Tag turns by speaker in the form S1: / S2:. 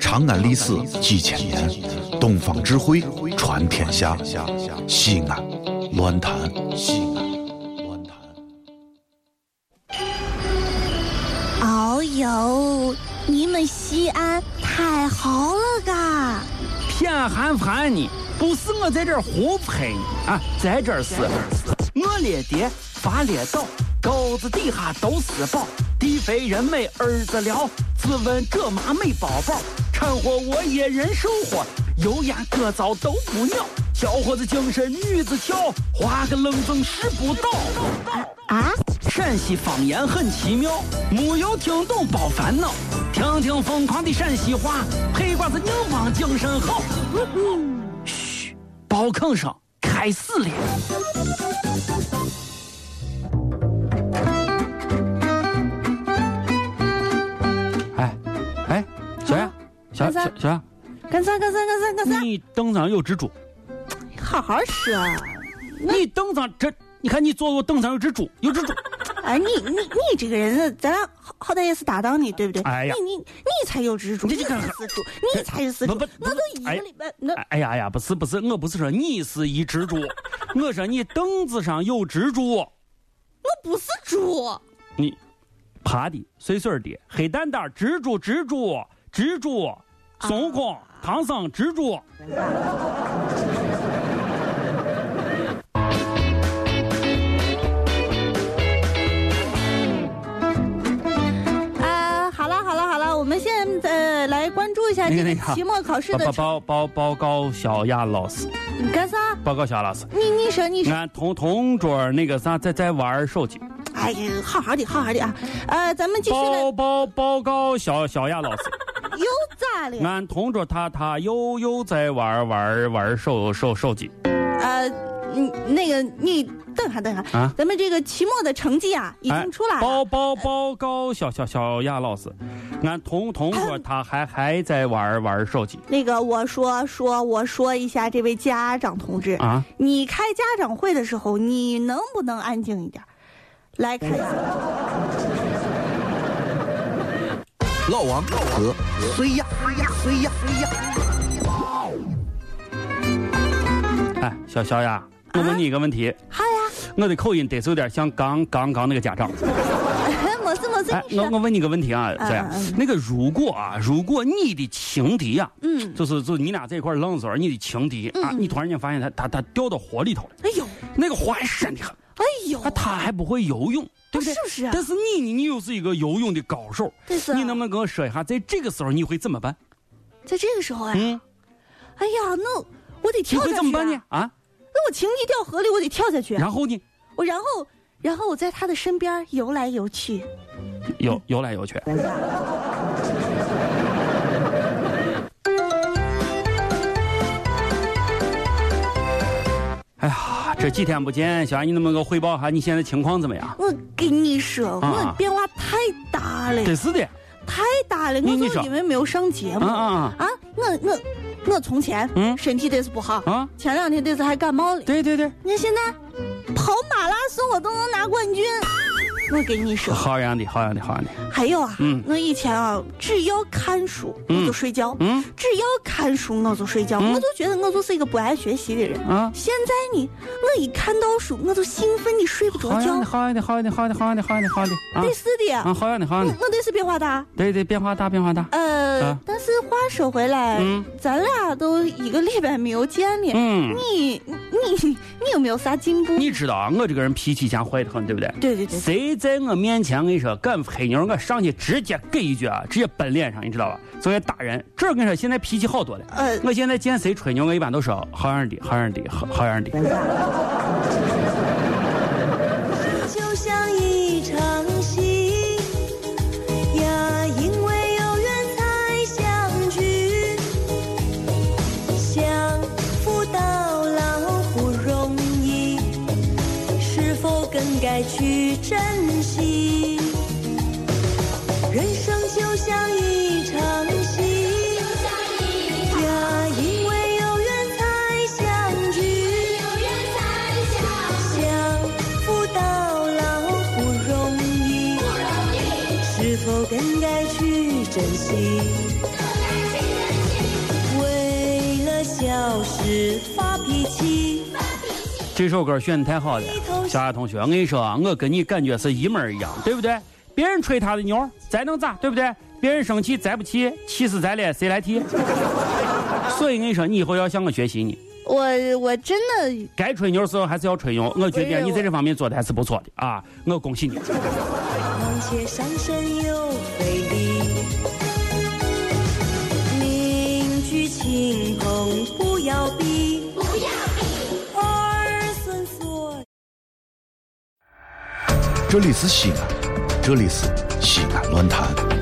S1: 长安历史几千年，东方智慧传天下。西安，乱谈西安，乱谈。
S2: 哦呦，你们西安太好了嘎！
S3: 啊
S4: 偏寒寒你，不是我在这儿胡喷你啊，在这儿是，我列爹发列倒，沟子底下都是宝，地肥人美儿子了，自问这妈没宝宝，掺和我也人生活，油盐各糟都不尿，小伙子精神女子俏，花个愣风使不倒。
S2: 啊，
S4: 陕西方言很奇妙，没有听懂别烦恼，听听疯狂的陕西话，黑瓜子硬邦精神好。嘘，包吭声开始了。
S3: 哎，哎，小燕，小
S2: 干啥
S3: 小小燕，
S2: 干啥干啥干啥干啥？
S3: 你凳子上有蜘蛛，
S2: 好好啊说。
S3: 你凳子上这，你看你坐我凳子上有蜘蛛，有蜘蛛。
S2: 哎，你你你这个人，咱俩好好歹也是搭档的，对不对？
S3: 哎呀
S2: 你你你才有蜘蛛，
S3: 你
S2: 你
S3: 这
S2: 才
S3: 个
S2: 是猪，你才是私
S3: 不
S2: 猪。
S3: 不
S2: 我
S3: 不
S2: 都一个
S3: 哎
S2: 礼拜，那
S3: 哎哎呀哎呀，不是不是，我不是说你是一蜘蛛，我说你凳子上有蜘蛛，
S2: 我不是猪。
S3: 你爬的碎碎的，黑蛋蛋，蜘蛛蜘蛛蜘蛛，孙悟
S2: 啊
S3: 空、唐僧蜘蛛。
S2: 啊，好了好了好了，我们现在呃来关注一下
S3: 那
S2: 这
S3: 个
S2: 个
S3: 那个
S2: 期末考试的
S3: 报
S2: 成。
S3: 报报报告小亚老师，
S2: 你干啥？
S3: 报告小亚老师，
S2: 你你说你说，
S3: 俺同同桌那个啥在在玩手机。
S2: 哎呀，好好的好好的啊。呃，咱们继续来，
S3: 报报报告小小亚老 师，
S2: 又咋了？
S3: 俺同桌他他又又在玩玩玩手手手机
S2: 呃，你那个你等下等下，
S3: 啊
S2: 咱们这个期末的成绩啊已
S3: 哎
S2: 经出来了。
S3: 报报报告小小小亚老师，俺同同
S2: 嗯
S3: 桌他还还在玩玩手机
S2: 那个我说说我说一下，这位家长同志，
S3: 啊！
S2: 你开家长会的时候，你能不能安静一点？来看一
S3: 哎
S2: 下，
S5: 老王和谁呀谁呀谁呀？
S3: 哎，小小亚，我问你一个问题，
S2: 好呀，
S3: 我的口音得是有点像刚刚刚那个家长。
S2: 没事没事
S3: 哎，，
S2: 你
S3: 我
S2: 说
S3: 我问你个问题啊，
S2: 嗯
S3: 这样
S2: 嗯，
S3: 那个如果啊，如果你的情敌呀，
S2: 嗯，
S3: 就是就是你俩在一块儿愣着，你的情敌啊，
S2: 嗯嗯
S3: 你突然间发现他他他掉到火里头了，
S2: 哎呦
S3: 那个火还深的很。
S2: 哎呦，
S3: 啊，他还不会游泳，对不对？
S2: 是不是啊
S3: 但是你呢，你又是一个游泳的高手，
S2: 这是啊
S3: 你能不能跟我说一下，在这个时候你会怎么办？
S2: 在这个时候呀，啊
S3: 嗯，
S2: 哎呀，那我得
S3: 你
S2: 跳下
S3: 会
S2: 去、啊，
S3: 怎么办呢？啊，
S2: 那我情敌掉河里，我得跳下去啊、
S3: 然后呢，
S2: 我然后然后我在他的身边游来游去，
S3: 游游来游去。 哎呀，这几天不见，小安，你能不能给我汇报一下你现在情况怎么样？
S2: 我跟你
S3: 啊
S2: 说，我变化太大了，
S3: 真是的，
S2: 太大了。
S3: 你
S2: 我
S3: 你
S2: 就
S3: 说
S2: 因为没有上节目
S3: 啊啊
S2: 啊，我我我从前
S3: 嗯
S2: 身体得是不好，
S3: 啊！
S2: 前两天得是还感冒了。
S3: 对对对，
S2: 那现在跑马拉松我都能拿冠军，我跟你说。
S3: 好样的，好样的，好样的。
S2: 还有啊，
S3: 嗯
S2: 我以前啊，只要看书我
S3: 嗯
S2: 就睡觉，
S3: 嗯
S2: 只要看书我就睡觉，
S3: 嗯
S2: 我就觉得我就是一个不爱学习的人。
S3: 啊，
S2: 现在呢，我一看到书我就兴奋的睡不着
S3: 好
S2: 觉
S3: 样的，。好样的，好样的，好样的，好样的，好样的，好样的啊
S2: 得是的，
S3: 啊！好样的，好
S2: 我
S3: 样的。
S2: 我得是变化大。
S3: 对对，变化大，变化大。
S2: 呃，
S3: 啊
S2: 但是话说回来，
S3: 嗯
S2: 咱俩都一个礼拜没有见了，
S3: 嗯，
S2: 你你你有没有啥进步？
S3: 你知道啊，我这个人脾气强，坏得很，对不对？
S2: 对对对，
S3: 谁在我面前，我跟你说，敢黑牛，我上去直接给一脚啊，直接奔脸上，你知道吧？昨天打人，这我跟你说，现在脾气好多了。
S2: 呃，
S3: 我现在见谁吹牛，我一般都说好样的，好样的，好好样的。
S6: 就像一场戏呀，因为有缘才相聚，相扶到老不容易，是否更该去珍惜？人生就像一场戏呀，因为有缘才相聚。相扶到老不容易，是否更该去珍惜？就是发脾气。
S3: 这首歌选的太好了，小爱同学，我跟你说啊，我跟你感觉是一模儿一样，对不对？别人吹他的牛，咱能咋，对不对？别人生气咱不气，气死咱了，谁来替？所以我跟你说，你以后要向我学习你。
S2: 我我真的
S3: 该吹牛时候还是要吹牛，我觉得你在这方面做的还是不错的啊，我恭喜你。
S6: 况且山神又非礼，民居清朋不要避，不要避，儿孙所。
S1: 这里是西安，这里是西安论坛。